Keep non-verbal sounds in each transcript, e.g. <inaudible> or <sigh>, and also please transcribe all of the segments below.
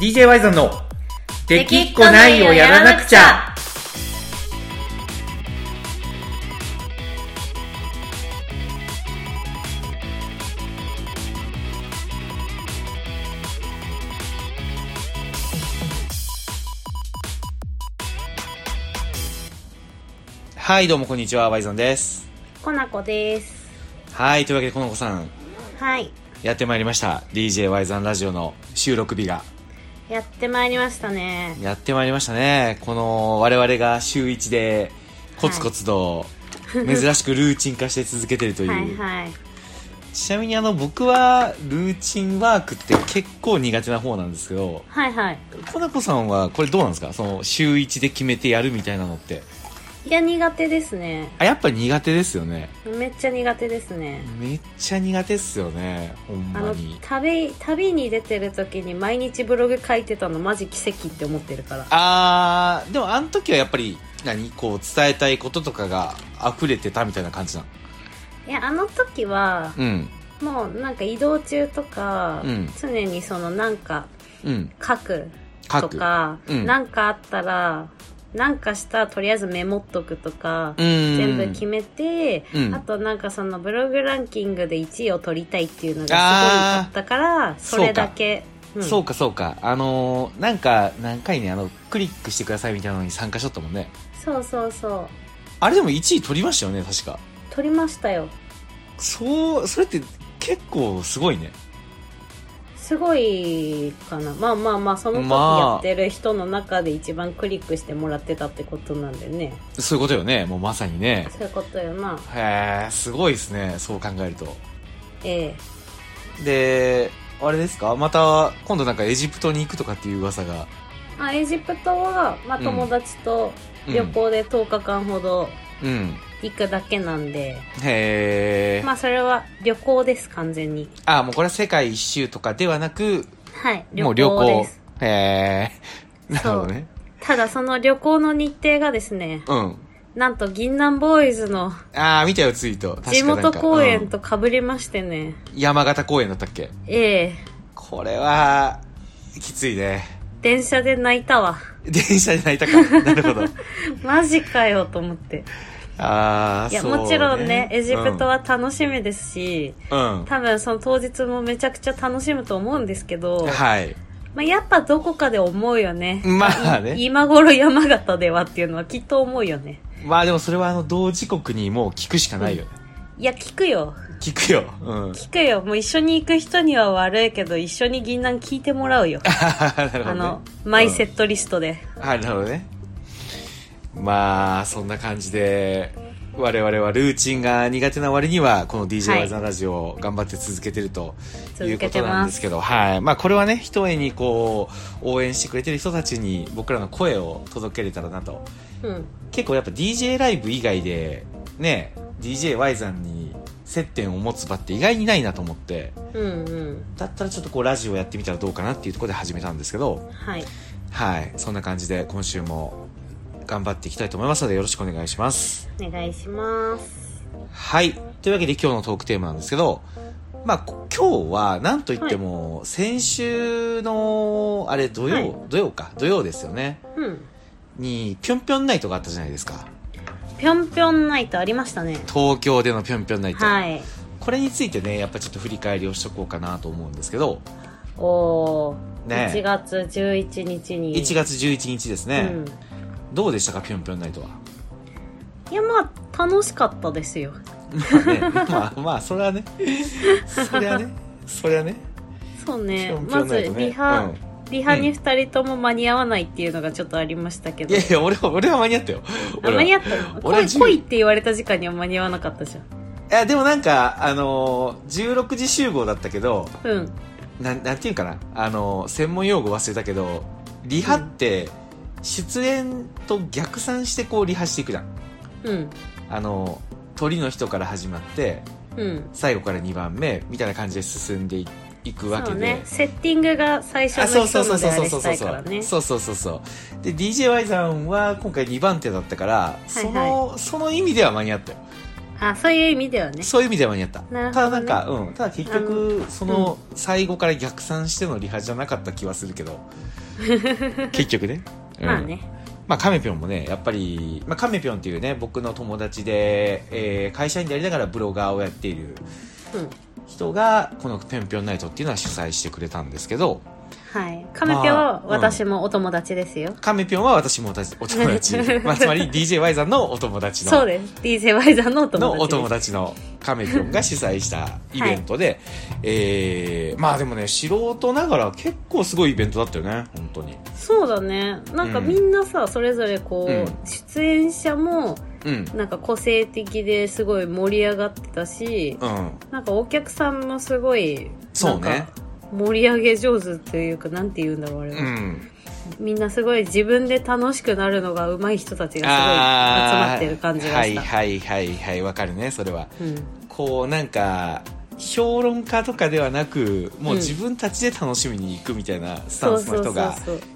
DJ ワイザンの「できっこないをやらなくちゃ」はいどうもこんにちはワイザンですコナコですはいというわけでこの子さんはいやってまいりました DJ ワイザンラジオの収録日がやってまいりましたねやってまいりましたねこの我々が週1でコツコツと珍しくルーチン化して続けてる <laughs> という、はいはいちなみにあの僕はルーチンワークって結構苦手な方なんですけどはいはいコナコさんはこれどうなんですかその週1で決めてやるみたいなのっていや苦手ですねあやっぱ苦手ですよねめっちゃ苦手ですねめっちゃ苦手っすよねほんまあのに旅旅に出てる時に毎日ブログ書いてたのマジ奇跡って思ってるからあーでもあの時はやっぱり何こう伝えたいこととかが溢れてたみたいな感じなのいやあの時はうんもうなんか移動中とか、うん常にそのなんかうん書く書とくか、うんなんかあったらなんかしたらとりあえずメモっとくとか、うん全部決めて、うんあとなんかそのブログランキングで1位を取りたいっていうのがすごいあーあったからそれだけうんそうかそうかあのーなんか何回ねあのクリックしてくださいみたいなのに参加しとったもんねそうそうそうあれでも1位取りましたよね確か取りましたよそうそれって結構すごいねすごいかなまあまあまあその時やってる人の中で一番クリックしてもらってたってことなんでねそういうことよねもうまさにねそういうことよなへえすごいですねそう考えるとええであれですかまた今度なんかエジプトに行くとかっていう噂があエジプトは、まあ、うん友達と旅行で10日間ほどうん行くだけなんで、へえ、まあそれは旅行です完全にあもうこれは世界一周とかではなくはい旅もう旅行行ですへえ <laughs> なるそうほどねただその旅行の日程がですねうんなんと銀杏ボーイズのああ見たよツイート確か地なんか元公うん演とかぶりましてね、山形公園だったっけええこれはきついね電車で泣いたわ <laughs> 電車で泣いたかなるほどマジかよと思ってああいや、もちろんねエジプトは楽しみですし、うん、多分その当日もめちゃくちゃ楽しむと思うんですけど、うん、はいまあ、やっぱどこかで思うよね、まあね今頃山形ではっていうのはきっと思うよねまあでもそれはあの同時刻にもう聞くしかないよね、いや聞くよ聞くようん聞くよもう一緒に行く人には悪いけど一緒に銀杏聞いてもらうよなるほど、ね、あのマイセットリストで、うんはいなるほどねまあそんな感じで我々はルーチンが苦手な割にはこの d j は y い z ラジオを頑張って続けてるという続こけとてますなんですけどはいまあこれはねひとえにこう応援してくれてる人たちに僕らの声を届けれたらなとうん結構やっぱ DJ ライブ以外でね d j y さんに接点を持つ場って意外にないなと思ってうんうんだったらちょっとこうラジオやってみたらどうかなっていうところで始めたんですけどはいはい、そんな感じで今週も頑張っていきたいと思いますのでよろしくお願いします。お願いしますはい、というわけで今日のトークテーマなんですけど、まあこ今日はなんといっても先週のあれ土曜、はい土曜か土曜ですよねうんにぴょんぴょんナイトがあったじゃないですか。ぴょんぴょんナイトありましたね東京でのぴょんぴょんナイト、はいこれについてねやっぱちょっと振り返りをしとこうかなと思うんですけど、おー、ね1月11日に1月11日ですね。うんどうでしたかぴょんぴょんナ <laughs> イトは。いやまあ楽しかったですよまあね、まあまあそれはね、それはね、それはね。そうねぴょんぴょまんナずイトねリハ、うんリハに2人とも間に合わないっていうのがちょっとありましたけいど、やいや、俺は、俺は間に合ったよ。あ俺は間に合ったの俺は来い自由来いって言われた時間には間に合わなかったじゃんいや、でもなんか、あのー、16時集合だったけど、うんなん、なんていうんかな。あのー、専門用語忘れたけど、リハって、出演と逆算してこうリハしていくじゃん。うんあのー、鳥の人から始まって、うん最後から2番目、みたいな感じで進んでいいくわそけうで。ねセッティングが最初あそうのそう人そうのそうそうそうであれしそたういからねそうそうそうそうで DJY さんは今回2番手だったから、そのその意味では間に合ったよあそういう意味ではねそういう意味では間に合った、なるほどねただなんか、うん、ただ結局その最後から逆算してのリハじゃなかった気はするけ <laughs> ど結局ね、うんまあねまあ、カメピョンもねやっぱり、まあ、カメピョンっていうね僕の友達で、えー会社員でありながらブロガーをやっているうん人がこの「ぴょんぴょんナイト」っていうのは主催してくれたんですけどはいカメピョは私もお友達ですよ、カメピョンは私もおたお友 <laughs> 達、まあ、つまり DJY さんのお友達のそうです DJ ワイザーのお友達ですのお友達のカメピョンが主催したイベントで、えーまあでもね素人ながら結構すごいイベントだったよね本当にそうだねなんかうんみんなさ、それぞれこう、うん出演者もうんなんか個性的ですごい盛り上がってたし、うんなんかお客さんもすごいそうねなんか盛り上げ上手というかなんて言うんだろうあれは、うんみんなすごい自分で楽しくなるのが上手い人たちがすごい集まってる感じがした、あーはいはいはいはいわかるねそれはうん、こうなんか評論家とかではなくもううん自分たちで楽しみに行くみたいなスタそンうスそのう人そうそうが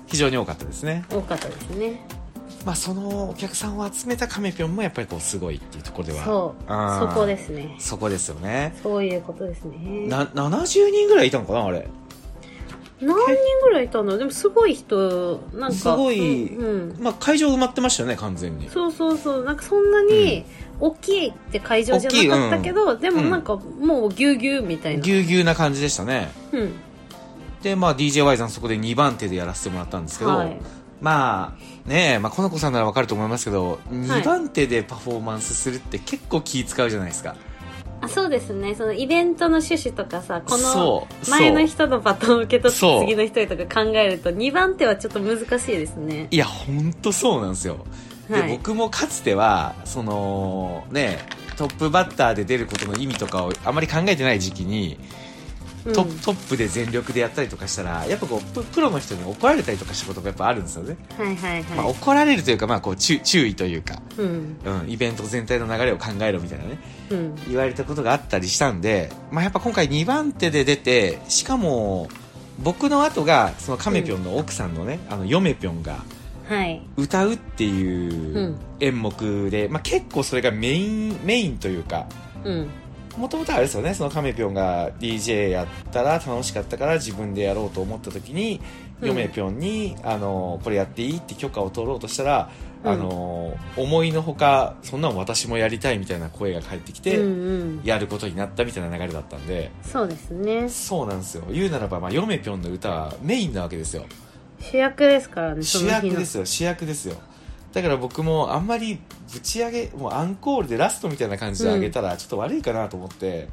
非常に多かったですね多かったですねまあそのお客さんを集めたカメピョンもやっぱりこうすごいっていうところではそうあーそこですねそこですよねそういうことですねな70人ぐらいいたのかなあれ何人ぐらいいたのでもすごい人なんかすごいうんうんまあ、会場埋まってましたよね完全にそうそうそうなんかそんなに大きいって会場じゃなかったけど、でもなんかもうぎゅうぎゅうみたいな、ぎゅうぎゅうな感じでしたねうん、で、まあ、DJY さんそこで2番手でやらせてもらったんですけど、はいまあねえ、まあ、この子さんならわかると思いますけど2番手でパフォーマンスするって結構気使うじゃないですか、あそうですねそのイベントの趣旨とかさこそのう前そのう人のバトンを受け取ってそう次の人へとか考えると2番手はちょっと難しいですねいや本当そうなんですよで、はい僕もかつてはそのねえトップバッターで出ることの意味とかをあまり考えてない時期にうんトップトップで全力でやったりとかしたらやっぱこうププロの人に怒られたりとかしたことがやっぱあるんですよね、はいはいはい、まあ、怒られるというか、まあ、こう注注意というか、うんうん、イベント全体の流れを考えろみたいなねうん言われたことがあったりしたんで、まあ、やっぱ今回2番手で出てしかも僕の後がそのカメピョンの奥さんのね、あの嫁ぴょんがはい歌うっていうん演目で、まあ、結構それがメインメインというかうんもともとあれですよねそのカメピョンが DJ やったら楽しかったから自分でやろうと思った時に、うん嫁ぴょんにあのこれやっていいって許可を取ろうとしたら、うんあの思いのほかそんなん私もやりたいみたいな声が返ってきて、うんうんやることになったみたいな流れだったんでそうですねそうなんですよ言うならば、まあ、嫁ぴょんの歌はメインなわけですよ主役ですからねそ主の役日のですよ主役ですよだから僕もあんまりぶち上げもうアンコールでラストみたいな感じで上げたらちょっと悪いかなと思って、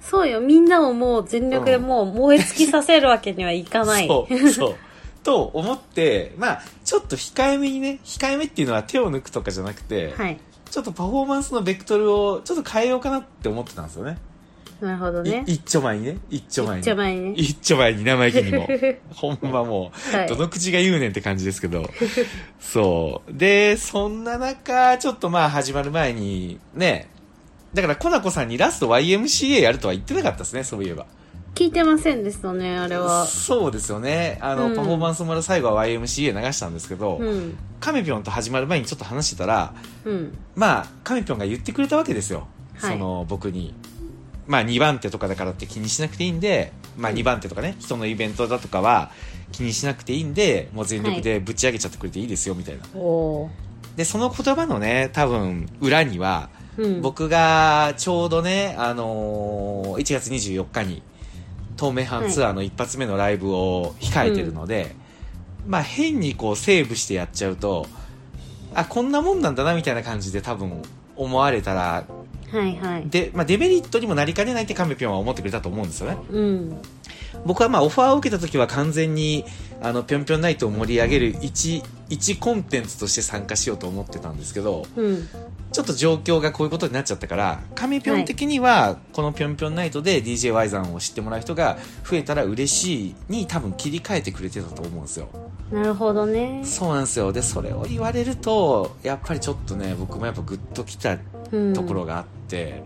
そうよみんなをもう全力でもう燃え尽きさせるわけにはいかない、そうそう <laughs> と思ってまあちょっと控えめにね控えめっていうのは手を抜くとかじゃなくて、はいちょっとパフォーマンスのベクトルをちょっと変えようかなって思ってたんですよねなるほどねい一丁前にね一丁前に一丁前にね一丁前に生意気にも <laughs> ほんまもう、はいどの口が言うねんって感じですけどそうでそんな中ちょっとまあ始まる前にねだからコナコさんにラスト YMCA やるとは言ってなかったですねそういえば聞いてませんでしたねあれはそうですよねあの、うんパフォーマンスもら最後は YMCA 流したんですけど、うんカメピョンと始まる前にちょっと話してたらうんまあカメピョンが言ってくれたわけですよ、はいその僕にまあ2番手とかだからって気にしなくていいんで、まあ、うん2番手とかね、人のイベントだとかは気にしなくていいんでもう全力でぶち上げちゃってくれていいですよみたいな、おおでその言葉のね多分裏には、ー、うん、僕がちょうどね、あのー1月24日に東名阪ツアーの一発目のライブを控えてるので、まあ変にこうセーブしてやっちゃうとあこんなもんなんだなみたいな感じで多分思われたらはいはいで、まあ、デメリットにもなりかねないってカメピョンは思ってくれたと思うんですよねうん僕はまあオファーを受けた時は完全にあのぴょんぴょんナイトを盛り上げる一一コンテンツとして参加しようと思ってたんですけどうんちょっと状況がこういうことになっちゃったから、神ぴょん的には、このぴょんぴょんナイトで DJY さんを知ってもらう人が増えたら嬉しいに多分切り替えてくれてたと思うんですよ。なるほどねそうなんですよ。で、それを言われると、やっぱりちょっとね、僕もやっぱグッときたうんところがあって、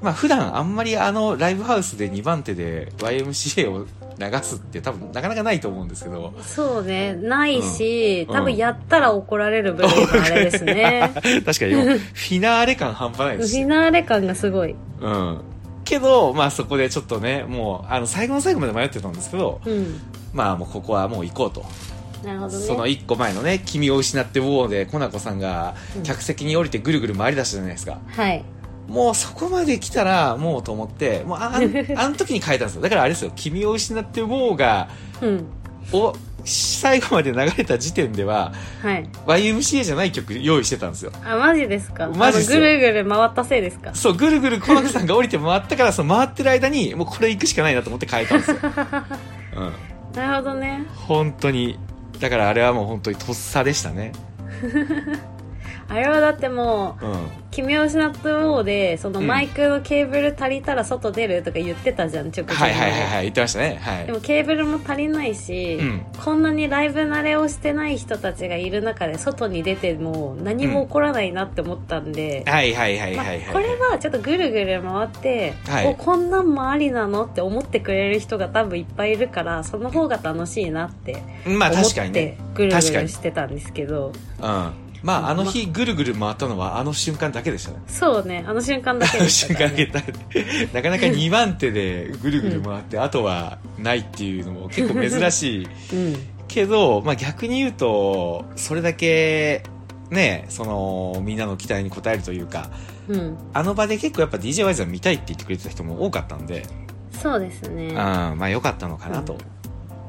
まあ普段あんまりあのライブハウスで2番手で YMCA を流すって多分なかなかないと思うんですけど <laughs> そうね、ないし、うん多分やったら怒られる分類のあれで <laughs> すね。確かにでもフィナーレ感半端ないフですィし、ナーレ感がすごい。うん、けどまあそこでちょっとねもうあの最後の最後まで迷ってたんですけどうん。まあもうここはもう行こうとなるほどね。その1個前のね「君を失ってウォー」でコナコさんがうん客席に降りてぐるぐる回りだしたじゃないですか、はい。もうそこまで来たらもうと思ってもうああんあの時に変えたんですよだからあれですよ「君を失ってウォーが」うん。を最後まで流れた時点でははい。 YMCA じゃない曲用意してたんですよあ、マジですかマジっすあよのぐるぐる回ったせいですかそうぐるぐるコナコさんが降りて回ったからその回ってる間にもうこれ行くしかないなと思って変えたん <laughs> ですよ、うん、なるほどね。本当にだからあれはもう本当にとっさでしたねあれはだってもう、うん君を失った方で、そのうんマイクのケーブル足りたら外出るとか言ってたじゃん、直前はいはいはいい。はい言ってましたねはいでもケーブルも足りないし、うんこんなにライブ慣れをしてない人たちがいる中で外に出ても何も起こらないなって思ったんで、はいはいはいまあはいはいこれはちょっとぐるぐる回って、はいおこんなんもありなのって思ってくれる人が多分いっぱいいるからその方が楽しいなってまあ思っ確かにねてぐるぐる確かにしてたんですけど、うんまああの日ぐるぐる回ったのはあの瞬間だけでしたねそうねあの瞬間だけあのでし瞬たか間らだけ <laughs> ねだなかなか2番手でぐるぐる回って、あとはないっていうのも結構珍 <laughs> しいうんけど、まあ、逆に言うとそれだけねそのみんなの期待に応えるというかうんあの場で結構やっぱ d j y イズは見たいって言ってくれてた人も多かったんで、そうですねうん、まあ良かったのかなと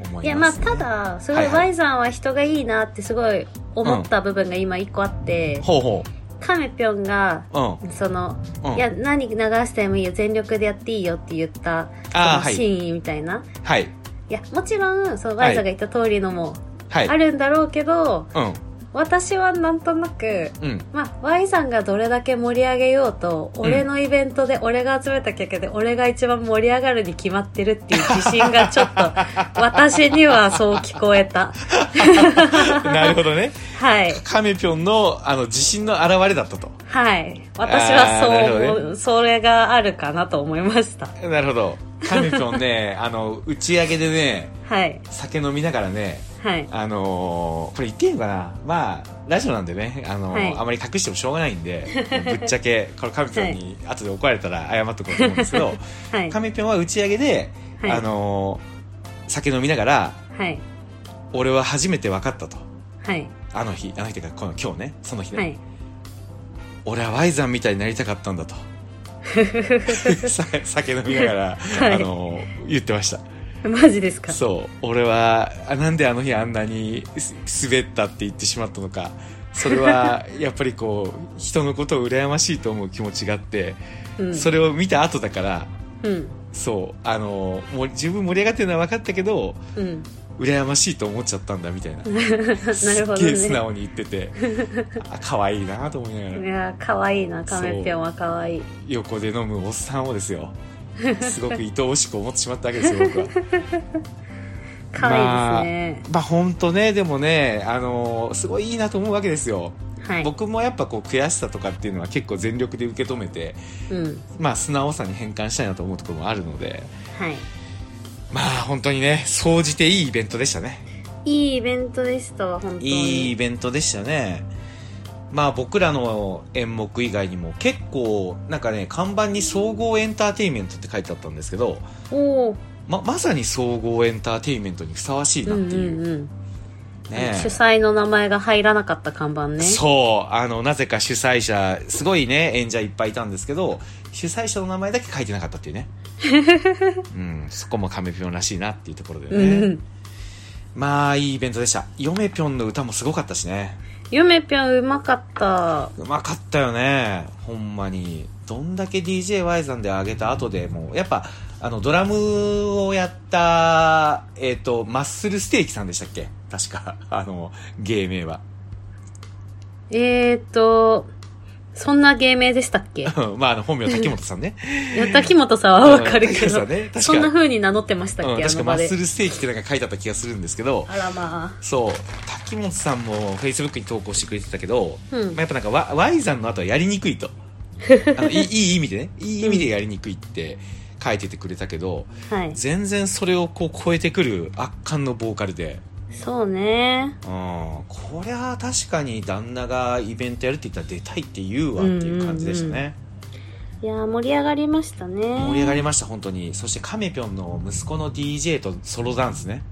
思いいやままあす、ね、ただすごはいいはい Y さんは人がいいなってすごい思った部分が今一個あって、ほうほカメピョンがううんその、うんいや何流してもいいよ全力でやっていいよって言ったあーその真意みたいな、はいいや、もちろん、そのはいワイザが言った通りのもはいあるんだろうけど、うん私はなんとなく、うん <laughs> まあ、Y さんがどれだけ盛り上げようと、俺のイベントで俺が集めた客で俺が一番盛り上がるに決まってるっていう自信がちょっと、私にはそう聞こえた。なるほどねはい。カメピョンのあの自信の表れだったとはい。私はあーなるほそうど思う、それがあるかなと思いました。なるほどカメピョンね <laughs> あの打ち上げでねはい。酒飲みながらねはい。あのーこれ言っていいのかなまあラジオなんでね、あのーはいあまり隠してもしょうがないん <laughs> でぶっちゃけこれカメピョンに後で怒られたら謝っとこうと思うんですけど、 <laughs> はいカ。メピョンは打ち上げで、はいあのー酒飲みながらはい。俺は初めて分かったとはい。あの日あの日というかこの今日ねその日ね、はい。 <laughs> 俺は Y さんみたいになりたかったんだとさ酒飲みながら、はいあの言ってましたマジですかそう俺はあなんであの日あんなにす滑ったって言ってしまったのかそれ <laughs> はやっぱりこう人のことを羨ましいと思う気持ちがあって、うん。それを見た後だからうん。そうあのもう十分盛り上がってるのは分かったけどうん。羨ましいと思っちゃったんだみたいな <laughs> なるほどねすっげえ素直に言っててあ可愛いなと思いながらいやー可愛いなカメピョンは可愛い横で飲むおっさんをです <laughs> よすごく愛おしく思ってしまったわけですよ僕は可愛いですね、まあ本当ねでもねあのーすごいいいなと思うわけですよ、はい僕もやっぱこう悔しさとかっていうのは結構全力で受け止めてうんまあ素直さに変換したいなと思うところもあるのではいまあ本当にね総じていいイベントでしたねいいイベントでしたわ本当にいいイベントでしたねまあ僕らの演目以外にも結構なんかね看板に総合エンターテインメントって書いてあったんですけどおおままさに総合エンターテインメントにふさわしいなうっんてういう、んうんね主催の名前が入らなかった看板ねそうあのなぜか主催者すごいね演者いっぱいいたんですけど主催者の名前だけ書いてなかったって <laughs> いうね、うん、そこもカメピョンらしいなっていうところでうんうねん <laughs> まあいいイベントでしたヨメピョンの歌もすごかったしねゆめぴょんうまかったうまかったよねほんまにどんだけ DJY さんで上げた後でもやっぱあのドラムをやった、えっとマッスルステーキさんでしたっけ確か <laughs> あの芸名は <laughs> えーっとそんな芸名でしたっ <laughs> けうんまああの本名滝本さん <laughs> ねやった木本さんはわかるうんけ滝本さど、んね確かそんな風に名乗ってましたっうん、け、あ確かのマ場ッでスルステーキってなんか書いてあった気がするんですけどあらまそう滝本さんもフェイスブックに投稿してくれてたけど、うんまあ、やっぱなんかワワイザンの後はやりにくいとああのいいいい意味でねいい意味でやりにくいって書いててくれたけど、はい。全然それをこう超えてくる圧巻のボーカルで、そうね。うん、こりゃ確かに旦那がイベントやるって言ったら出たいって言うわっていう感じでしたね、いやー、盛り上がりましたね。盛り上がりました本当にそしてカメぴょんの息子の DJ とソロダンスね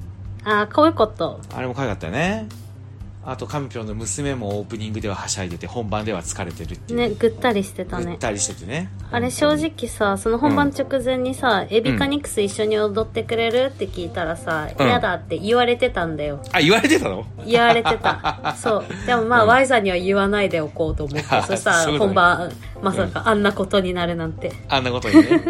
あー、可愛かった。あれも可愛かったよねあとカメぴょんの娘もオープニングでははしゃいでて本番では疲れてるっていうね、ぐったりしてたぐっね。たりしててねあれ正直さ、その本番直前にさ、エビカニクス一緒に踊ってくれるって聞いたらさ、うん嫌だって言われてたんだよ。あ言われてたの言われてた。そう。でもまあ、Y さんには言わないでおこうと思 <laughs> って、そしたそうだらね本番、まさかあんなことになるなんて。あんなことに <laughs> ね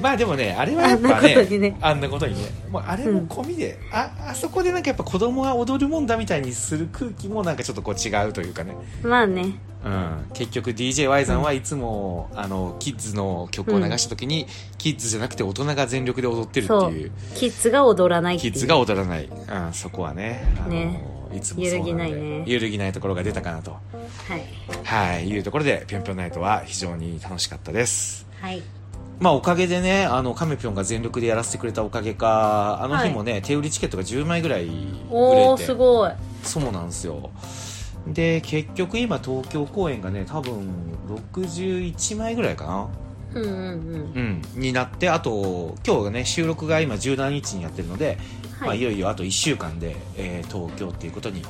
まあでもねあれはやっぱあんなことねにねあんなことにねもうあれも込みで、ああそこでなんかやっぱ子供が踊るもんだみたいにする空気もなんかちょっとこう違うというかね、まあね。うん、結局 DJY さんはいつも、あのキッズの曲を流した時に、キッズじゃなくて大人が全力で踊ってるってそういう。キッズが踊らないってキいう。ッズが踊らない、うん、そこはねあのねいつもそうので揺るぎないね揺るぎないところが出たかなとはい。はいいうところで「ぴょんぴょんナイト」は非常に楽しかったですはい。まあおかげでねあのカメピョンが全力でやらせてくれたおかげかあのはい日もね、手売りチケットが10枚ぐらい売れておー、すごい。そうなんですよで結局今東京公演がね多分61枚ぐらいかなうんうんうんになってあと今日がね収録が今17日にやってるので、はまいあ、いよいよあと1週間で、えー東京っていうことにうん。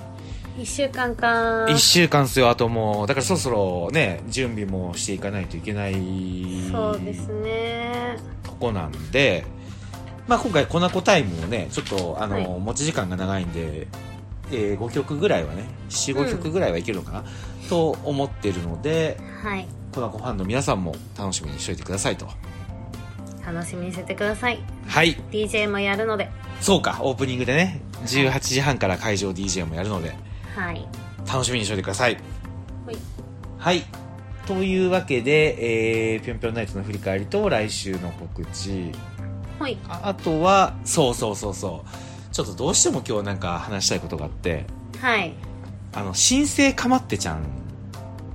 一週間か。 1週間ですよあともうだからそろそろね準備もしていかないといけないそうですね。とこなんで、まあ、今回コナコタイムをねちょっとあの、はい持ち時間が長いんで、え5曲ぐらいはねうん45曲ぐらいはいけるのかな、と思ってるのではい。コナコファンの皆さんも楽しみにしておいてくださいと楽しみにしててください。はい DJ もやるので。そうかオープニングでね18時半から会場 DJ もやるのではい。楽しみにしておいてくださいはいはいというわけで、えー、ぴょんぴょんナイトの振り返りと来週の告知ほい。ああとはそうそうそうそうちょっとどうしても今日なんか話したいことがあってはい。あの新生かまってちゃん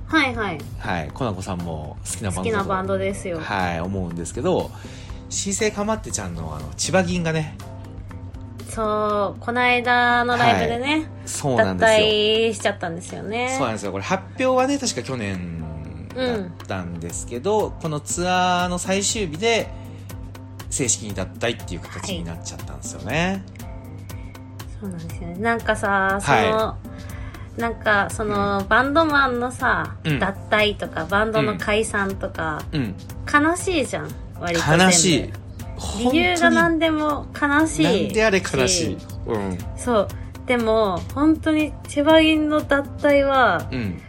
はいはい。はいコナコさんも好きなバ好ンドきだなとバンドですよ。はい思うんですけど新生かまってちゃんのあの千葉銀がねそう、この間のライブでね、そう脱なんですよ退しちゃったんですよね。そうなんですよこれ発表はね確か去年だったんですけど、このツアーの最終日で正式に脱退っていう形になっちゃったんですよね、そうなんですよね。なんかさ、その、はなんかその、バンドマンのさ、うん脱退とかバンドの解散とか、うん悲しいじゃん割と全部悲しい理由が本何でも悲当しいになんであれ悲しいうんそうでも本当に千葉銀の脱退はうん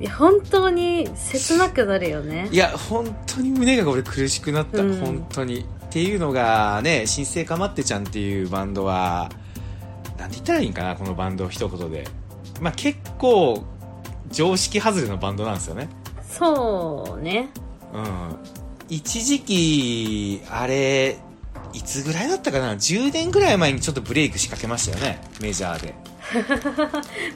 いや本当に切なくなるよねいや本当に胸が俺苦しくなった、うん本当にっていうのがね新生かまってちゃんっていうバンドはなんて言ったらいいんかなこのバンドを一言でまあ結構常識外れのバンドなんですよねそうねうん一時期あれいつぐらいだったかな10年ぐらい前にちょっとブレイク仕掛けましたよねメジャーで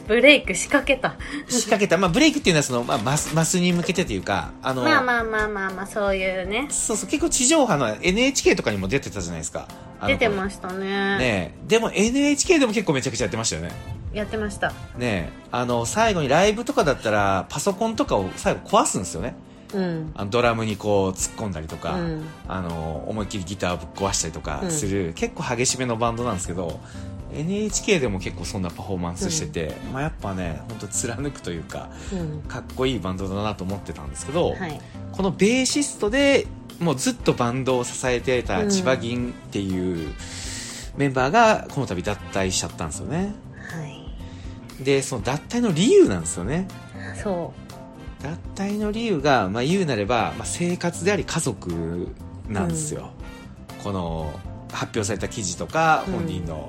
ブレイク仕掛けた仕掛けた、まあ、ブレイクっていうのはその、まあ、マスマスに向けてというかあの、まあまあまあまあまあそういうねそうそう結構地上波の NHK とかにも出てたじゃないですかあの出てましたねねえでも NHK でも結構めちゃくちゃやってましたよねやってましたねえあの最後にライブとかだったらパソコンとかを最後壊すんですよねうんあのドラムにこう突っ込んだりとか、うんあの思いっきりギターぶっ壊したりとかうんする、結構激しめのバンドなんですけど NHK でも結構そんなパフォーマンスしてて、まあ、やっぱね本当貫くというかうんかっこいいバンドだなと思ってたんですけど、はいこのベーシストでもうずっとバンドを支えていた千葉銀っていうメンバーがこの度脱退しちゃったんですよねはいでその脱退の理由なんですよねそ脱退の理由が、まあ、言うなれば、まあ、生活であり家族なんですよ、この発表された記事とかうん本人の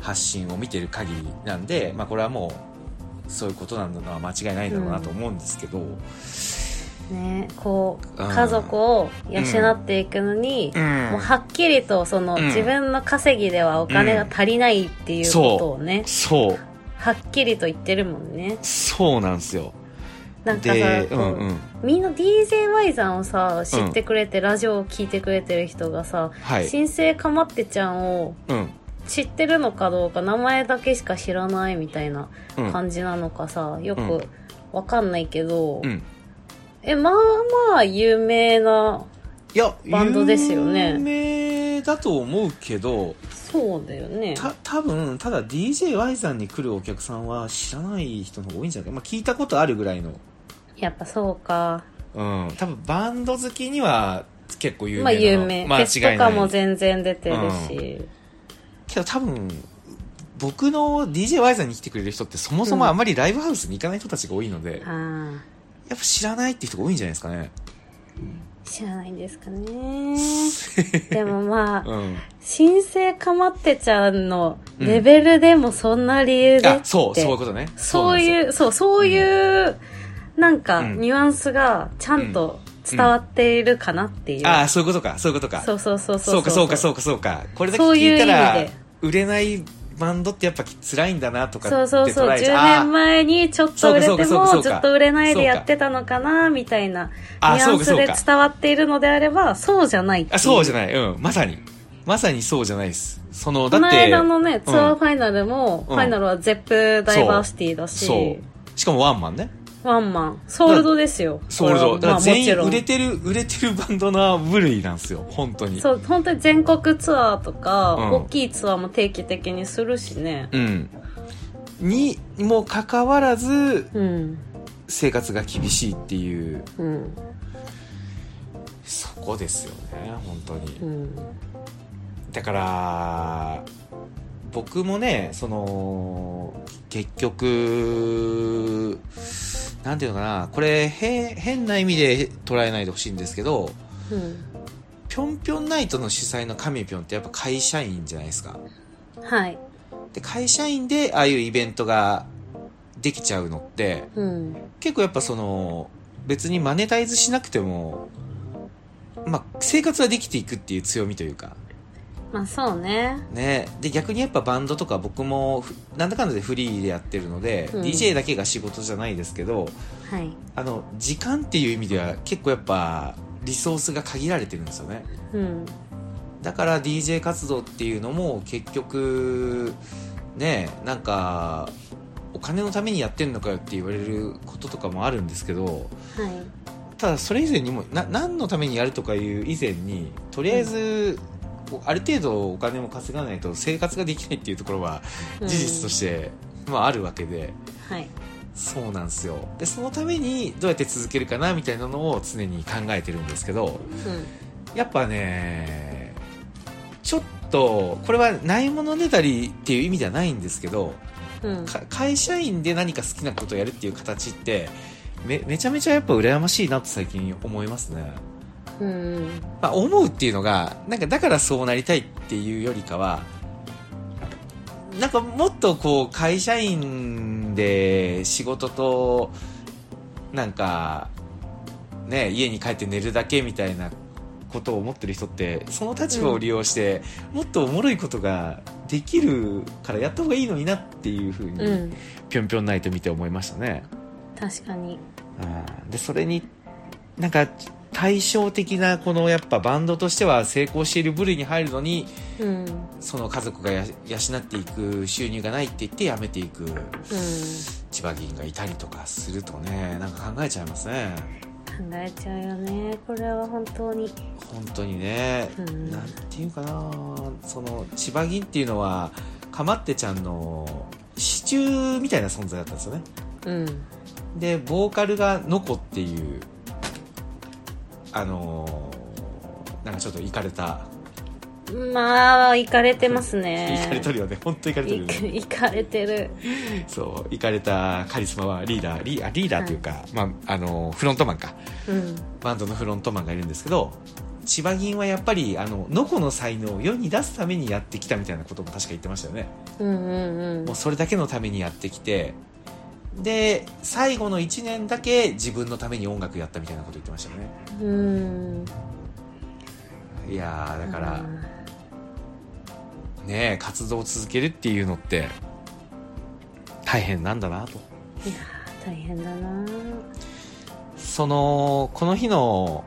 発信を見てる限りなんで、まあ、これはもうそういうことなんだのは間違いないんだろうなと思うんですけど、うねこううん家族を養っていくのに、うんもうはっきりとその、うん自分の稼ぎではお金が足りないっていうことをね、そうはっきりと言ってるもんねそうなんですよなんかさで、こううんうん。みんな DJY さんをさ知ってくれて、ラジオを聞いてくれてる人がさ、はい。新生かまってちゃんをうん。知ってるのかどうか名前だけしか知らないみたいなうん。感じなのかさようんくわかんないけど、うん。えまあまあ有名ないや、バンドですよね有名だと思うけど、そうだよねた、多分、ただ DJY さんに来るお客さんは知らない人の方が多いんじゃないか。まあ、聞いたことあるぐらいの。やっぱそうかうん。多分、バンド好きには結構有名な。まあ有名、まあ、フ違ェスいとなかいも全然出てるし、けど多分、僕の DJY さんに来てくれる人ってそもそもあまりライブハウスに行かない人たちが多いので、やっあぱ知らないって人が多いんじゃないですかね。ー知らないんです <laughs> かねでもまあ、うん。新生かまってちゃんのレベルでもそんな理由でって、あ、そう、そういうことね。そうなうんですよ。いう、そう、そういう、なんか、うんニュアンスがちゃんと伝わっているかなっていう。ああ、そういうことか、そういうことか。そうそうそうそう。そうか、そうか、そううか、そうか。これだけそうい聞いう意た味でら、売れないバンドってやっぱ辛いんだなとかってそうそうそう。捉えち10ゃ年う。前にちょっと売れそうかてそうかそうも、かずっと売れないでやってたのかな、みたいな、ニあュアンスそうでかそうか伝わっているのであれば、そうじゃないっていあ、あ、そうじゃい。ない。うん、まさに。まさにそうじゃないです。その、だこって。の間のね、ツアーファイナルも、うんファイナルはゼップダイバーシティだそし、う。しかもワンマンね。ワンマン、ソールドですよ。そうそこう。れだからはまあも全ち員ろん売れてる、売れてるバンドの部類なんですよ。本当に。そう本当に全国ツアーとか、うん大きいツアーも定期的にするしねうん。にもかかわらず、うん生活が厳しいっていう、うんそこですよね、本当うに。んだから、僕もね、その、結局、なんていうのかな、これ、へ変な意味で捉えないでほしいんですけど、うんぴょんぴょんナイトの主催の神ぴょんってやっぱ会社員じゃないですか。はいで会社員でああいうイベントができちゃうのってうん結構やっぱその別にマネタイズしなくても、まあ、生活はできていくっていう強みというかまあそうねねで逆にやっぱバンドとか僕もふなんだかんだでフリーでやってるので、うん DJ だけが仕事じゃないですけどはいあの時間っていう意味では結構やっぱリソースが限られてるんですよねうんだから DJ 活動っていうのも結局ねなんかお金のためにやってんのかよって言われることとかもあるんですけどはいただそれ以前にもな何のためにやるとかいう以前にとりあえず、ある程度お金も稼がないと生活ができないっていうところは事うん実として、まあ、あるわけではいそうなんですよでそのためにどうやって続けるかなみたいなのを常に考えてるんですけどやっぱね、ちょっと、これはないものねだりっていう意味ではないんですけど、うんうんか会社員で何か好きなことをやるっていう形って、め、めちゃめちゃやっぱ羨ましいなと最近思いますね。うんまあ思うっていうのが、なんかだからそうなりたいっていうよりかは、なんかもっとこう会社員で仕事と、なんか、ね、家に帰って寝るだけみたいなことを思ってる人って、その立場を利用して、もっとおもろいことができるからやった方がいいのになっていうふううに、んぴょんぴょんないと見て思いましたね。確かにうんでそれになんか対照的なこのやっぱバンドとしては成功している部類に入るのにうんうんその家族がや養っていく収入がないって言って辞めていく千葉議員がいたりとかするとねなんか考えちゃいますね考えちゃうよねこれは本当に本当にね、うんなんていうかなその千葉議員っていうのはかまってちゃんの支柱みたいな存在だったんですよねうんでボーカルがノコっていうあのーなんかちょっといかれたまあ行かれてますいねかれとるよね本当いかれとるよね行かれてるそういかれたカリスマはリーダーリーあリーダーというか、まああのーフロントマンかうんバンドのフロントマンがいるんですけど千葉銀はやっぱりあのノコの才能を世に出すためにやってきたみたいなことも確か言ってましたよねうんうんうもんうそれだけのためにやってきてで最後の1年だけ自分のために音楽やったみたいなこと言ってましたよねうんいやーだから、ねえ活動を続けるっていうのって大変なんだなといやー大変だなその、この日の、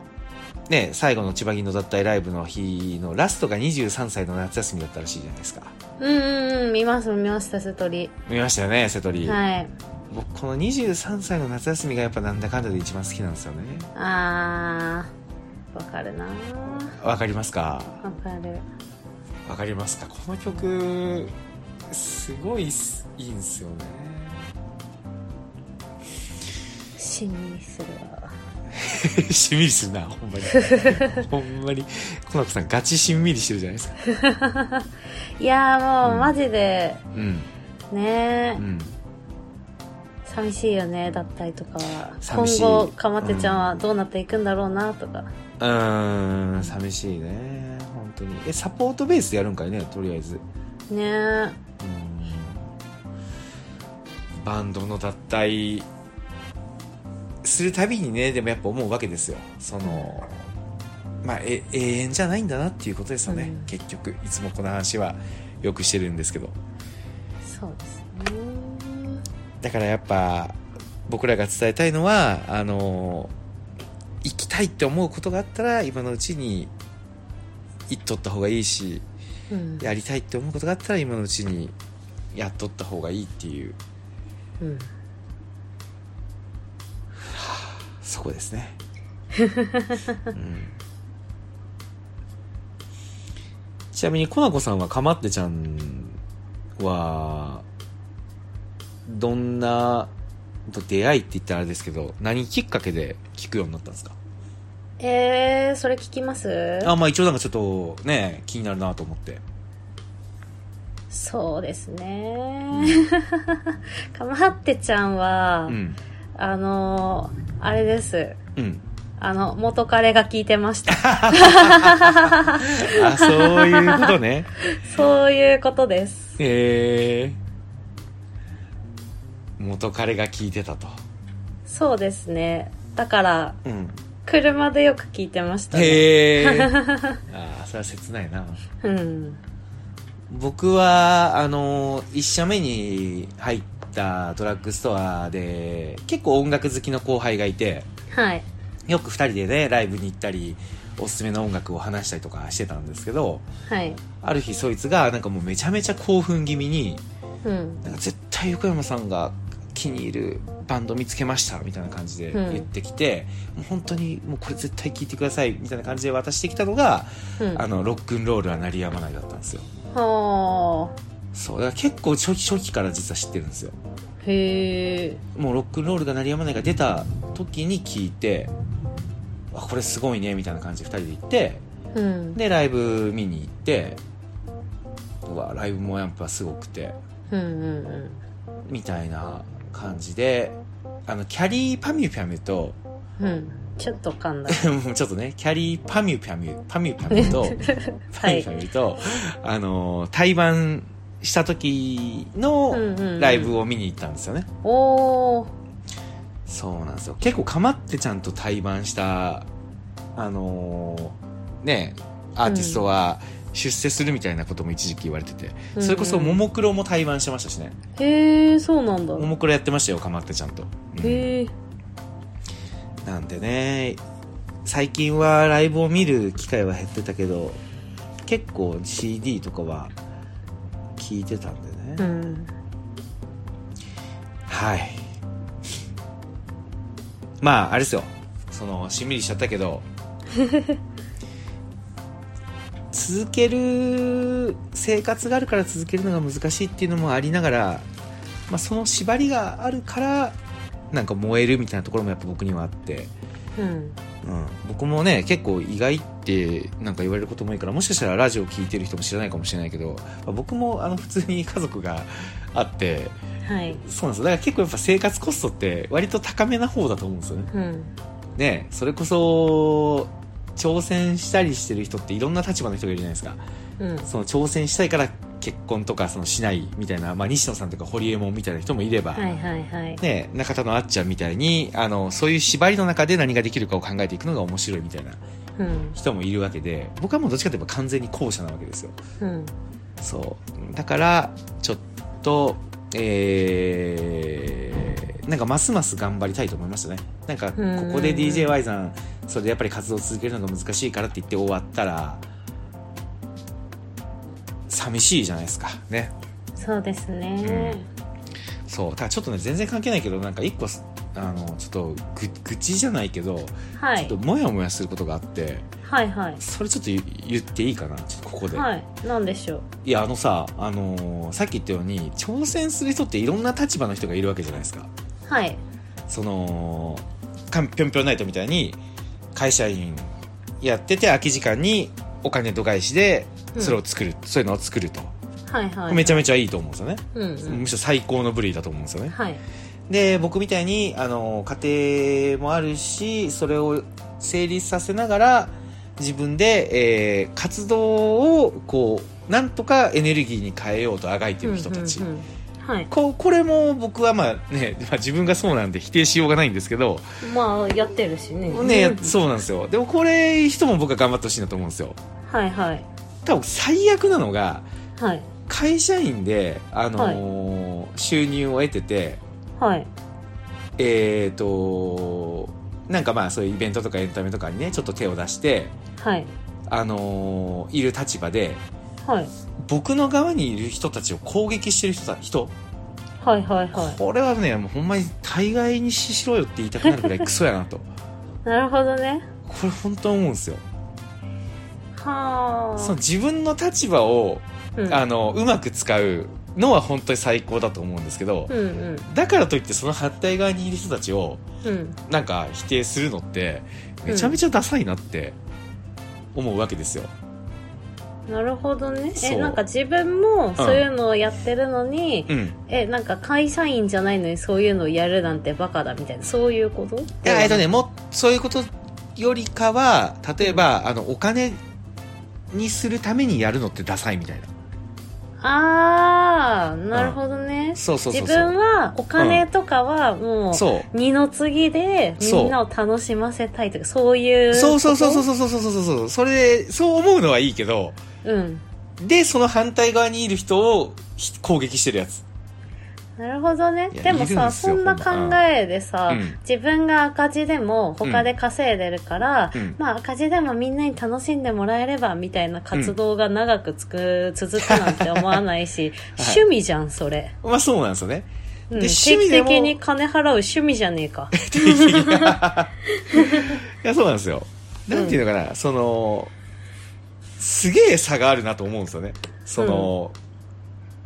ね、最後の千葉銀の脱退ライブの日のラストが23歳の夏休みだったらしいじゃないですか。うんうんうん見ます見ました瀬戸り見ましたよね、瀬戸り。はい僕、この23歳の夏休みがやっぱなんだかんだで一番好きなんですよね。あーわかるなわかりますかわかるわかりますかこの曲、すごいすいいんですよね。死にするわ <laughs> しんみりするな、ほんまに。 <laughs> ほんまに。コナコさん、ガチしんみりしてるじゃないですか。いやーもう、うんマジでうん。ねうん。寂しいよね脱退とかは今寂しい後かまてちゃんはどうなっていくんだろうなとか、うーん、寂しいね。本当に。え、サポートベースでやるんかいね、とりあえず。ねーうんバンドの脱退するたびにねでもやっぱ思うわけですよそのまあえ永遠じゃないんだなっていうことですよね、うん結局いつもこの話はよくしてるんですけどそうですねだからやっぱ僕らが伝えたいのはあの行きたいって思うことがあったら今のうちに行っとった方がいいしうんやりたいって思うことがあったら今のうちにやっとった方がいいっていううんそこですね。うんちなみに、コナコさんはかまってちゃんは、どんな、と出会いって言ったらあれですけど、何きっかけで聞くようになったんですかえー、それ聞きますあ、まあ一応なんかちょっとね、気になるなと思って。そうですね <laughs> かまってちゃんは、うん。あのーあれですうん。あの元彼が聞いて <laughs> ましたあ、そういうことね。そういうことですえー。元彼が聞いてたと。そうですねだからうん。車でよく聞いてましたね、へえ。 <laughs> ああ、それは切ないな。うん僕は、あの、一社目に入ったドラッグストアで、結構音楽好きの後輩がいて、はいよく二人でね、ライブに行ったり、おすすめの音楽を話したりとかしてたんですけど、はいある日そいつが、なんかもうめちゃめちゃ興奮気味に、うんなんか絶対横山さんが気に入るバンド見つけましたみたいな感じでうん言ってきて、もう本当にもうこれ絶対聴いてくださいみたいな感じで渡してきたのが、うんあのロックンロールは鳴りやまないだったんですよはそうだから結構初期初期から実は知ってるんですよあへえもうロックンロールが鳴りやまないが出た時に聞いてあこれすごいねみたいな感じで2人で行ってうんでライブ見に行ってうわライブもやっぱすごくてうんうんうんみたいな感じであのキャリーパミュピャミュと <laughs> うんちょっと噛んだもうちょっとねキャリーパミュピャミュパミュピャミュとパ <laughs> はミュいピャミュと、あの対バンした時のうんうんうんライブを見に行ったんですよね、おおそうなんですよ結構かまってちゃんと対バンしたあのーねアーティストは出世するみたいなことも一時期言われてて、それこそももクロも対バンしてましたしねへえそうなんだももクロやってましたよかまってちゃんと、うんへえなんでね最近はライブを見る機会は減ってたけど結構 CD とかは聞いてたんでね、うんはいまああれですよそのしんみりしちゃったけど続ける生活があるから続けるのが難しいっていうのもありながら、まあ、その縛りがあるからなんか燃えるみたいなところもやっぱ僕にはあって、うんうん、僕もね結構意外ってなんか言われることも多いからもしかしたらラジオ聞いてる人も知らないかもしれないけど、まあ僕もあの普通に家族があってはいそうなんですよだから結構やっぱ生活コストって割と高めな方だと思うんですよねうんねそれこそ挑戦したりしてる人っていろんな立場の人がいるじゃないですかうんその挑戦したいから結婚とかそのしないみたいな、まあ、西野さんとか堀江門みたいな人もいれば、はいはいはいね、中田のあっちゃんみたいにあのそういう縛りの中で何ができるかを考えていくのが面白いみたいなうん人もいるわけで僕はもうどっちかといえば完全に後者なわけですようんそうだからちょっとえーなんかますます頑張りたいと思いましたねなんかこうんこで DJY さんそれでやっぱり活動を続けるのが難しいからって言って終わったら寂しいじゃないですかねそうですね、そうただちょっとね全然関係ないけどなんか一個あのちょっとぐ愚痴じゃないけどちはょっいとモヤモヤすることがあってはいはいそれちょっと言言っていいかなちょっとここで、、はいいなんでしょうやあのさ、あのーさっき言ったように挑戦する人っていろんな立場の人がいるわけじゃないですかはいそのかんぴょんぴょんナイトみたいに会社員やってて空き時間にお金度外視でうんそれを作る、そういうのを作ると、はいはいめちゃゃめちゃいいと思うんですよね、うんうんむしろ最高の部類だと思うんですよね、はいで僕みたいにあの家庭もあるしそれを成立させながら自分で、えー活動をこうなんとかエネルギーに変えようとあがいてる人たち、うんうんうんはいこうこれも僕はまあね、まあ、自分がそうなんで否定しようがないんですけど、まあやってるしねねうんそうなんですよでもこれ人も僕は頑張ってほしいなと思うんですよはいはい多分最悪なのがはい会社員で、あのー収入を得ててはいえー、となんかまあそういうイベントとかエンタメとかにねちょっと手を出して、はいあのーいる立場ではい僕の側にいる人たちを攻撃してる人た人、はいはいはいこれはねもうほんまに大概にししろよって言いたくなるぐらいクソやなとこなるほどねれ本当思うんですよはあその自分の立場を、うんあのうまく使うのは本当に最高だと思うんですけど、うんうんだからといってその反対側にいる人たちをうんなんか否定するのってめちゃめちゃダサいなって思うわけですよ、なるほどねそえうなんか自分もそういうのをやってるのに、うん、えなんか会社員じゃないのにそういうのをやるなんてバカだみたいなそういうこといいやえっとねもうそういうことよりかは例えばあのお金にするためにやるのってダサいみたいなああなるほどね、そうそうそう自そう分はお金とかはもう、そう二の次でそうみんなを楽しませたいとかそういうそうそうそうそううそうそうそうそうそうそれでそう思うのはいいけどうんでその反対側にいる人をひ攻撃してるやつなるほどねいやでもいるんさですよそんなほん考まえでさ、うん自分が赤字でも他で稼いでるから、うんまあ赤字でもみんなに楽しんでもらえればみたいな活動が長くつく、続くなんて思わないし、 <laughs> はい趣味じゃんそれ、まあそうなんですよ <laughs> ねうん、で定趣味期でも的に金払う趣味じゃねえ <laughs> かいやそうなんですよなんていうのかな、そのすげえ差があるなと思うんですよねその、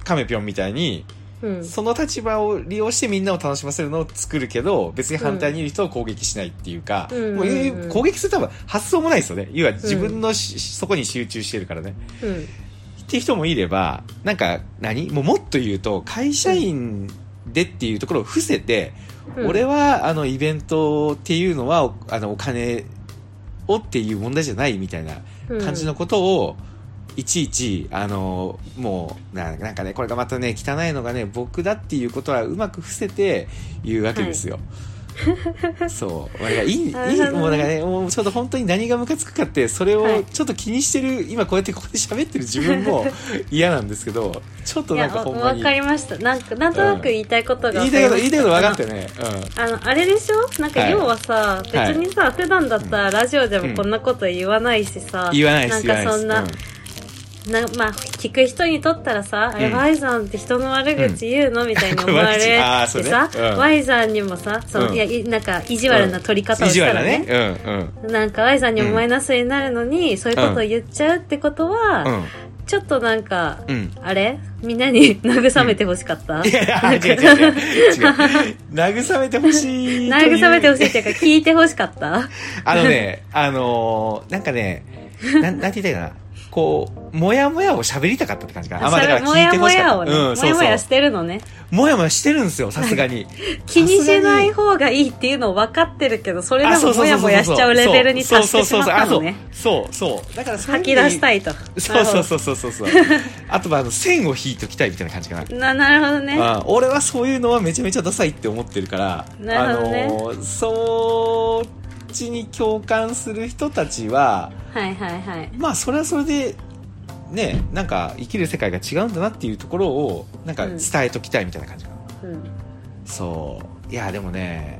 カメピョンみたいにうんその立場を利用してみんなを楽しませるのを作るけど、別に反対にいる人を攻撃しないっていうか、うんもううんうんうん攻撃する多分発想もないですよね。要は自分のし、そこに集中してるからね。うんっていう人もいれば、なんか何、もうもっと言うと、会社員でっていうところを伏せて、うん俺はあのイベントっていうのは、おあのお金をっていう問題じゃないみたいな感じのことを、いちいち、あの、もうな、なんかね、これがまたね、汚いのがね、僕だっていうことはうまく伏せて言うわけですよ。 <laughs> そう。まあいやいい、いい、もなるほうどねなんかね、もうちょっと本当に何がムカつくかって、それはをいちょっと気にしてる、今こうやってここで喋ってる自分 <laughs> も嫌なんですけど、ちょっといなやんかほんまわに。かりましたなんかなんとなく言いたいことが言いたいこと、言いたいこと分かっるてね。うん。あの、あれでしょなんかはい要はさ、別にさ、普段だったらラジオでもこんなこと言わないしさ、言わないです、言わなんないかでそす。うんな、んなまあ、聞く人にとったらさ、あれ、うん Y さんって人の悪口言うの、みたいな思わ <laughs> れあーてそうねさ、うん Y さんにもさ、そのうんいや、いなんか意地悪な取り方を意し地た悪だらね、ね。うん、うん。なんか Y さんにもマイナスになるのに、そういうことを言っちゃうってことは、うん。ちょっとなんか、うんあれみんなに <laughs> 慰めてほしかった、いやいや、違う違う違う。違う慰めてほしいという。慰めてほしいっていうか、聞いてほしかったあのね、あのーなんかね、なん、なんて言いたいかな。こう、もやもやを喋りたかったって感じかな。あ、まあそだれからも聞いやてほもしかやった。をね、うん、もそうやもそやうし。てるのね。もやもやしてるんですよ、さすが <laughs> に。気にしない方がいいっていうのを分かってるけど、それであそもうそもうそやうそうもやしちゃうレベルに達してしまったそのうね。そうそうそうそうそう。だからそういう吐意味きで出したいと。そうそうそうそうそう <laughs> そう。あとは、あの、線を引いときたいみたいな感じかな。う。な、なるほどね。あ俺はそういうのはめちゃめちゃダサいって思ってるから、なるほどねあのーそっちに共感する人たちは、はいはいはい。まあそれはそれでねなんか生きる世界が違うんだなっていうところをなんか伝えときたいみたいな感じかな、うん。そういやでもね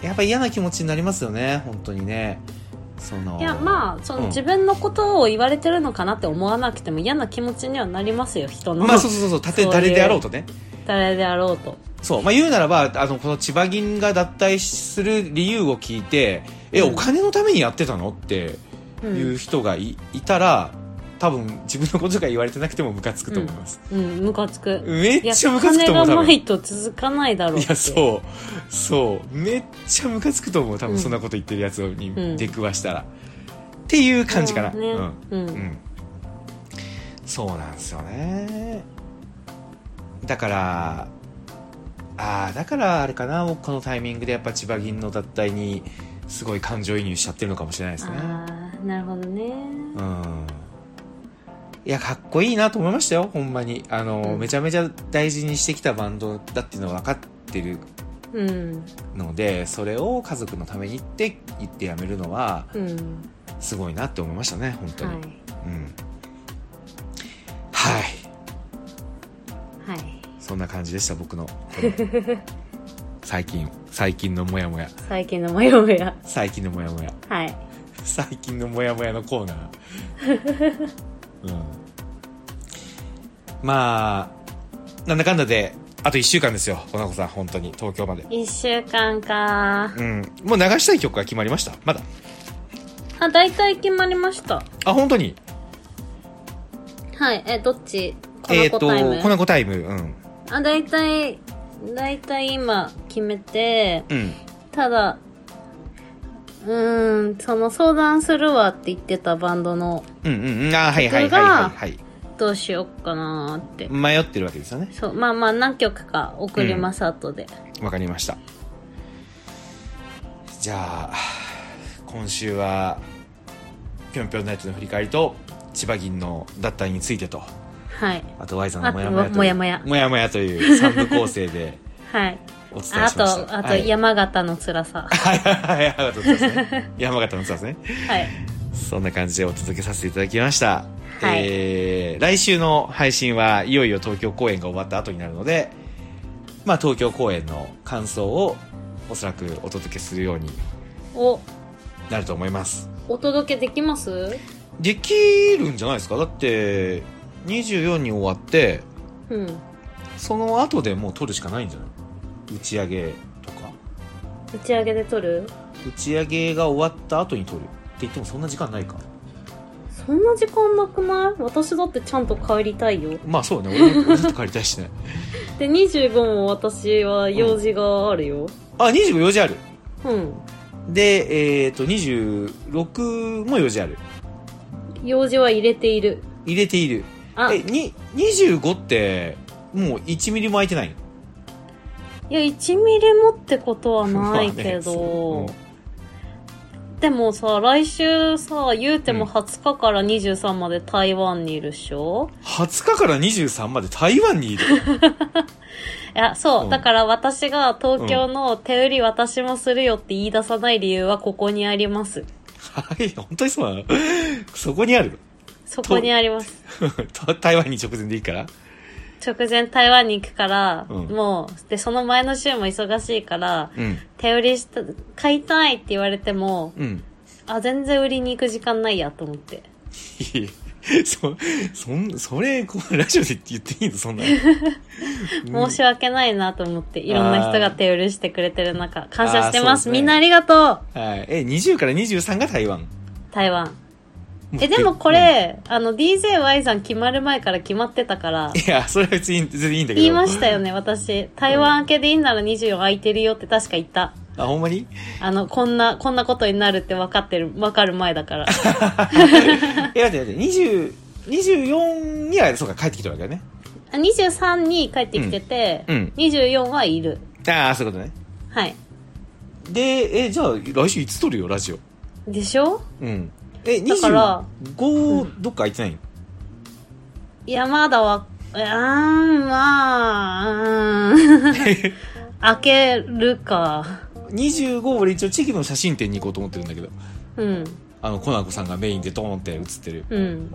やっぱ嫌な気持ちになりますよね本当にねそのいやまあその、うん自分のことを言われてるのかなって思わなくても嫌な気持ちにはなりますよ人の、まあそうそうそうそうたてそういう誰であろうとね誰であろうとそうまあ言うならばあのこの千葉銀が脱退する理由を聞いてえ、うおん金のためにやってたのっていうんう人がいいたら多分自分のことが言われてなくてもムカつくと思います、うんムカつくめいっやちゃムカつくと思う金多が分ないと続かないだろういやそうそうめっちゃムカつくと思う多う分んそんなこと言ってるやつうんに出くわしたら、っていう感じかな、ねうんうん、うん、そうなんですよねだからああだからあれかな僕このタイミングでやっぱ千葉銀の脱退にすごい感情移入しちゃってるのかもしれないですねああなるほどねうんいやかっこいいなと思いましたよほんまにあの、うんめちゃめちゃ大事にしてきたバンドだっていうのは分かってるうんのでそれを家族のためにって言ってやめるのはうんすごいなって思いましたね本当に、はいうんはいはいそんな感じでした僕の <laughs> この最近最近のモヤモヤ最近のモヤモヤ最近のモヤモヤはい最近のモヤモヤのコーナーうんまあなんだかんだであと1週間ですよ粉子さん本当に東京まで一週間かうんもう流したい曲が決まりましたまだあ大体決まりましたあ本当にはいえどっちこえっ、ー、の子タイム、と粉子タイムうんあ大体大体今決めてうんただうーんその相談するわって言ってたバンドのうんうんうんあーはいはいはい曲がはいはいどうしよっかなーって迷ってるわけですよねそうまあまあ何曲か送ります、後でわかりましたじゃあ今週はぴょんぴょんナイトの振り返りと千葉銀の脱退についてとはいあと Y さんのあモヤモヤというもやもやもやもやという3部構成ではいお伝えしまあしたとあとはい山形の辛さはいはいはいあとそうですね山形のそうですねはいそんな感じでお届けさせていただきました、はいえー来週の配信はいよいよ東京公演が終わった後になるので、まあ、東京公演の感想をおそらくお届けするようにおなると思いますお届けできますできるんじゃないですかだって24に終わってうん打その後でもう撮るしかないんじゃない打ち上げとかち上げで撮る打ち上げが終わった後に撮るって言ってもそんな時間ないかそんな時間なくない私だってちゃんと帰りたいよまあそうね俺も俺だって帰りたいしね <laughs> で25も私は用事があるよあ24時あるうん、でえっ、と26も4時ある用事は入れている入れているあえに25ってもう1ミリも空いてないのいや1ミリもってことはないけまあど、ねでもさ来週さ言うてうもん20日から23まで台湾にいるっしょ、 20日から23まで台湾にいるいやそう、うんだから私が東京の手売り私もするよって言い出さない理由はここにありますはい本当にそうなのそこにあるの <laughs> そこにありますと台湾に直前でいいから直前台湾に行くから、うんもうでその前の週も忙しいからうん手売りした買いたいって言われてもうんあ全然売りに行く時間ないやと思っていいそそんそれこうラジオで言っていいのそ <laughs> んな申し訳ないなと思って、いろんな人が手許してくれてる中、感謝してまあーそす。うですねみんなありがとうはいえ20から23が台湾台湾。え、でもこれ、あの、DJY さん決まる前から決まってたからうん、いやそれは別に全然いいんだけど言いましたよね、私。台湾明けでいいなら24空いてるよって確か言った。あほんま <laughs> にあの、こんな、こんなことになるって分かってる、分かる前 <laughs> だから。え待って待って20 24にはそうか帰ってきたわけだねあ23に帰ってきてて、うんうん24はいる。ああそういうことねはい。でえじゃあ来週いつ撮るよラジオでしょうんえだから25どっか空いてないのいや、まだわ、あーん、まあ、うーん開けるか。 25俺一応チェキの写真展に行こうと思ってるんだけどうん、あのコナコさんがメインでドーンって写ってるうん。うん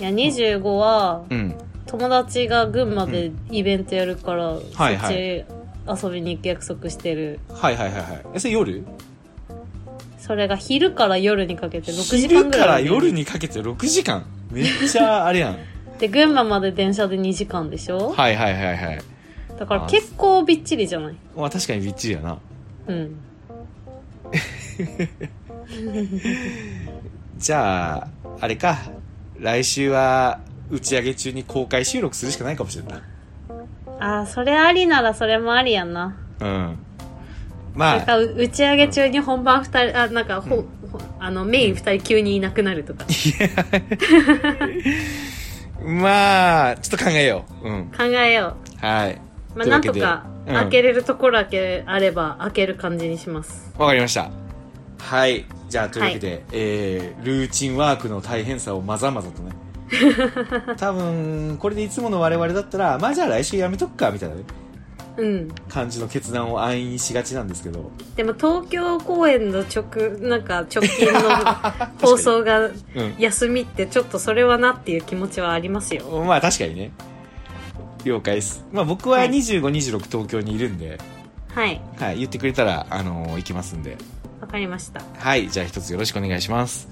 いや、25は、うん友達が群馬でイベントやるから、はいはいそっち遊びに行く約束してる。はいはいはいはいえそれ夜それが昼から夜にかけて6時間昼ぐからいあらる。夜にかけて6時間めっちゃあれやんで、群馬まで電車で2時間でしょ <laughs> はいはいはいはいだから結構びっちりじゃないまあ確かにびっちりやなうん。じゃああれか来週は打ち上げ中に公開収録するしかないかもしれないああ、それありならそれもありやんな。うんまなんあか、う打ち上げ中に本番二人、あ、なんか、ほ、ほあの、メイン二人急にいなくなるとか。まあちょっと考えよううん考えよはい。う。まあ、いうなわんけとでか、うん開けれるところ開け、あれば、開ける感じにします。わかりました。はい。じゃあ、というわけで、えー、ルーチンワークの大変さをまざまざ <laughs> とね。多分、これでいつもの我々だったら、まあじゃあ来週やめとくか、みたいなね、うん。感じの決断を暗飲しがちなんですけど。でも、東京公演の直、なんか、直 <laughs> 近の放送がうん。休みって、ちょっとそれはなっていう気持ちはありますよ。まあ確かにね。了解です。まあ僕ははい25、26東京にいるんで、はい。はい、言ってくれたら、あのー行きますんで。わかりました。はい、じゃあ一つよろしくお願いします。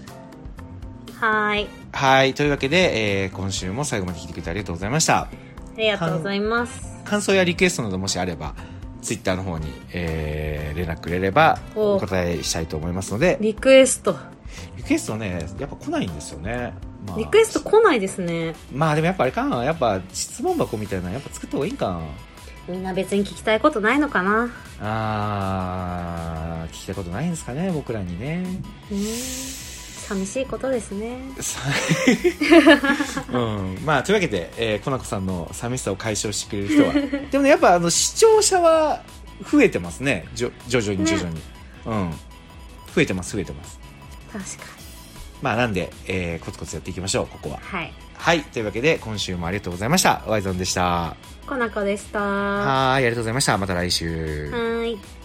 はーい。はい、というわけで、えー、今週も最後まで聞いてくれてありがとうございました。ありがとうございます。感想やリクエストなどもしあれば、ツイッターの方に、えー、連絡くれれば、おお答えしたいと思いますので、リクエスト。リクエストね、やっぱ来ないんですよね。まあ、リクエスト来ないですね。まあでもやっぱあれかな、やっぱ質問箱みたいなのやっぱ作った方がいいんかみんな別に聞きたいことないのかなな。あー、聞きたいことないんですかね、僕らにね。うん寂しいことですねさ <laughs> うん、まあというわけで、えー、コナコさんの寂しさを解消してくれる人はでもねやっぱあの視聴者は増えてますねじょ徐々に徐々に、うん増えてます増えてます確かまあなんで、えー、コツコツやっていきましょうここはにはいはいというわけで今週もありがとうございましたワイゾンでしたコナコでしたははーいありがとうございましたまた来週ーい